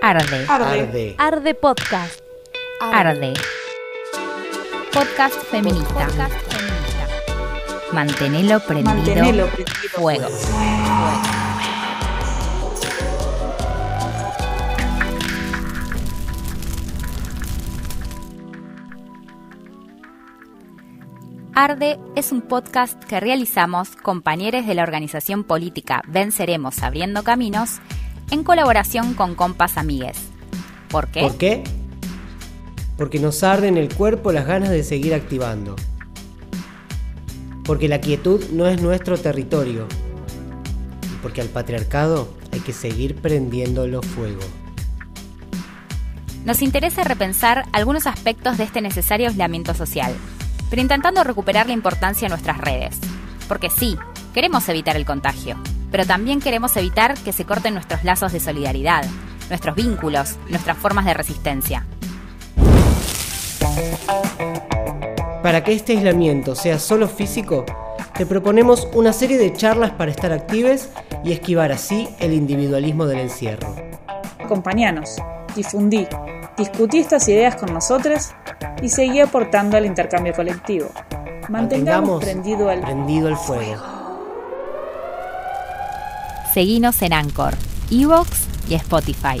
Arde. Arde. Arde Podcast. Arde. Podcast feminista. Podcast feminista. Mantenelo prendido. Mantenelo prendido. pues. Fuego. Arde es un podcast que realizamos compañeros de la organización política Venceremos Abriendo Caminos en colaboración con Compas Amigues. ¿Por qué? ¿Por qué? Porque nos arden el cuerpo las ganas de seguir activando. Porque la quietud no es nuestro territorio. Y porque al patriarcado hay que seguir prendiéndolo fuego. Nos interesa repensar algunos aspectos de este necesario aislamiento social, pero intentando recuperar la importancia de nuestras redes. Porque sí, queremos evitar el contagio, pero también queremos evitar que se corten nuestros lazos de solidaridad, nuestros vínculos, nuestras formas de resistencia. Para que este aislamiento sea solo físico, te proponemos una serie de charlas para estar actives y esquivar así el individualismo del encierro. Acompañanos, difundí, discutí estas ideas con nosotros y seguí aportando al intercambio colectivo. Mantengamos, prendido al prendido el fuego. Seguinos en Anchor, Evox y Spotify.